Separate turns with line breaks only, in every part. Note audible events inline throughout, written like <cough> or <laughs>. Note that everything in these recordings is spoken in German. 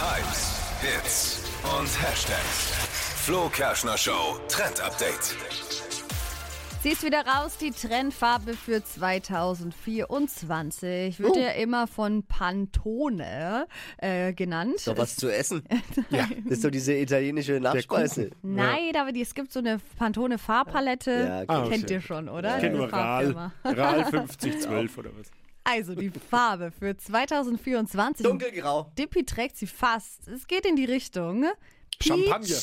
Hypes, Hits und Hashtags. Flo Kerschner Show Trend Update.
Sie ist wieder raus, die Trendfarbe für 2024. Wird
Oh.
ja immer von Pantone äh, genannt. <laughs>
Doch was zu essen. ja. Das ist doch diese italienische Nachspeise.
Nein, aber die, es gibt so eine Pantone
Ja,
Farbpalette.
okay. Ah,
Kennt
okay.
ihr schon, oder?
Ich kenne
Diese
nur Ral, <laughs>
Farbfirma.
Ral 5012 oder was.
<laughs> Also die Farbe für 2024.
Dunkelgrau.
Dippy trägt sie fast. Es geht in die Richtung Peach
Champagner.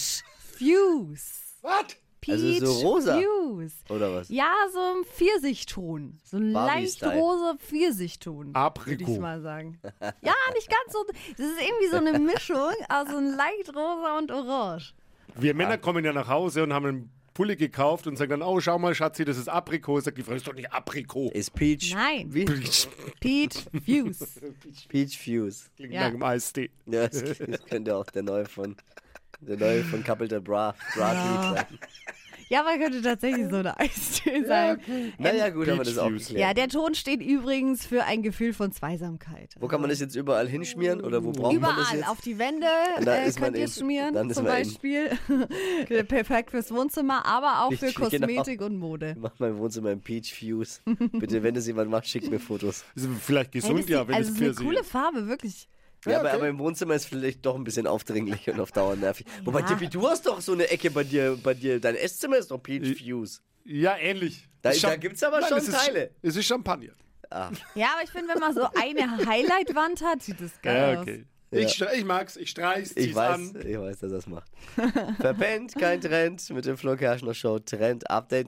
Fuse.
Was?
Peach
Also so rosa.
Fuse.
Oder was?
Ja, so ein Pfirsichton. So ein leicht
Barbie-Style.
rosa Pfirsichton. Würde ich
Aprikot.
mal sagen. Ja, nicht ganz so. Das ist irgendwie so eine Mischung aus ein leicht rosa und orange.
Wir Männer kommen ja nach Hause und haben einen Pulli gekauft und sagen dann, oh, schau mal, Schatzi, das ist Aprikot. Sagt die Frau, ist doch nicht Aprikot.
Ist Peach.
Nein.
Wie?
Peach Fuse.
Peach Fuse.
Klingt
Ja.
nach dem Eistee.
Ja,
<laughs>
das, das könnte auch der neue von der neue von Couple der Bra. Bra sein.
Ja, aber könnte tatsächlich so eine Eistee sein.
Naja, gut, haben wir
Peach
das auch
Fuse.
geklärt.
Ja, der Ton steht übrigens für ein Gefühl von Zweisamkeit.
Wo kann man das jetzt überall hinschmieren oder wo braucht man das
Überall,
jetzt?
auf die Wände
Da
äh,
ist man
könnt ihr
in.
schmieren,
Dann ist
zum
man in.
Beispiel. <laughs> Äh, Perfekt fürs Wohnzimmer, aber auch für
Richtig, genau.
Kosmetik und Mode.
Ich mach mein Wohnzimmer in Peach Fuse. Bitte, wenn das jemand macht, schickt mir Fotos.
Ist vielleicht
Hey,
gesund,
das
ja,
sieht-
wenn
also es
es
ist
Pfirsich
eine coole
ist.
Farbe, wirklich.
Ja, aber, aber im Wohnzimmer ist vielleicht doch ein bisschen aufdringlich und auf Dauer nervig. Wobei,
Ja.
Tippi, du hast doch so eine Ecke bei dir, bei dir. Dein Esszimmer ist doch Peach Fuse.
Ja, ähnlich.
Da-
Ist
da
Champ-
gibt's aber schon
es ist,
Teile.
Es ist Champagner.
Ja, aber ich finde, wenn man so eine Highlight-Wand hat, sieht das geil
Ja, okay.
Ja.
Ich, stre- ich mag's, ich streich's,
Ich
zieh's
weiß,
an.
ich weiß, dass er es macht. Verpennt, kein Trend mit dem Flo Kerschner Show Trend Update.